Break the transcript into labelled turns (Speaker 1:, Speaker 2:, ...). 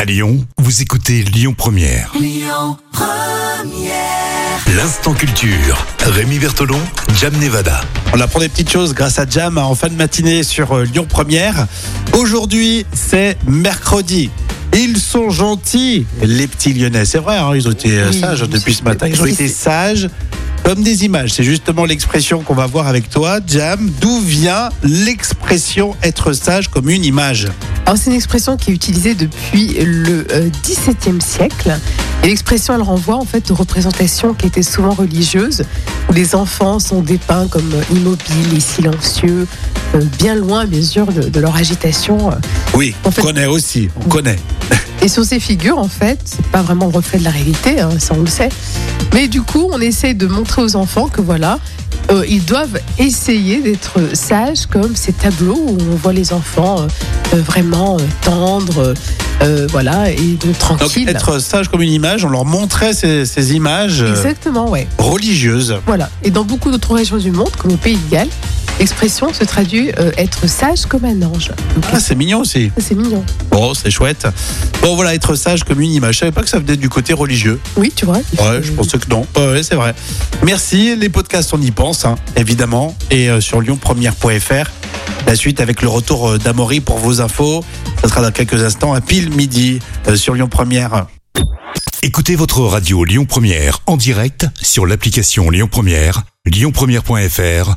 Speaker 1: À Lyon, vous écoutez Lyon Première. L'instant culture. Rémi Bertolon, Jam Nevada.
Speaker 2: On apprend des petites choses grâce à Jam en fin de matinée sur euh, Lyon Première. Aujourd'hui, c'est mercredi. Ils sont gentils, les petits Lyonnais. C'est vrai, hein, ils ont été euh, sages depuis ce matin. Ils ont été sages comme des images. C'est justement l'expression qu'on va voir avec toi, Jam. D'où vient l'expression être sage comme une image
Speaker 3: Alors c'est une expression qui est utilisée depuis le euh, XVIIe siècle. Et l'expression, elle renvoie en fait aux représentations qui étaient souvent religieuses, où les enfants sont dépeints comme euh, immobiles et silencieux, euh, bien loin bien sûr de, de leur agitation. euh,
Speaker 2: Oui,
Speaker 3: En fait-
Speaker 2: on connaît aussi, on connaît.
Speaker 3: Et sur ces figures, en fait, c'est pas vraiment le reflet de la réalité, hein, ça on le sait. Mais du coup, on essaye de montrer aux enfants que voilà, euh, ils doivent essayer d'être sages comme ces tableaux où on voit les enfants euh, euh, vraiment euh, tendres, euh, euh, voilà, et donc
Speaker 2: Donc
Speaker 3: tranquilles.
Speaker 2: être sage comme une image, on leur montrait ces, ces images euh,
Speaker 3: Exactement, ouais.
Speaker 2: religieuses.
Speaker 3: Voilà. Et dans beaucoup d'autres régions du monde, comme au Pays de Galles, l'expression se traduit euh, être sage comme un ange. Donc,
Speaker 2: Ah, c'est mignon aussi.
Speaker 3: c'est mignon.
Speaker 2: Bon, Oh, c'est chouette. Bon, voilà, être sage comme une image. Je savais pas que ça venait du côté religieux.
Speaker 3: Oui, tu vois. il
Speaker 2: Ouais,
Speaker 3: faut-
Speaker 2: je pensais que non. Ouais, ouais, c'est vrai. Merci. Les podcasts, on y pense, hein, évidemment. Et euh, sur lyonpremière.fr. La suite avec le retour euh, d'Amaury pour vos infos. Ça sera dans quelques instants, à pile midi, euh, sur Lyon Première.
Speaker 1: Écoutez votre radio Lyon Première en direct sur l'application Lyon Première, lyonpremière.fr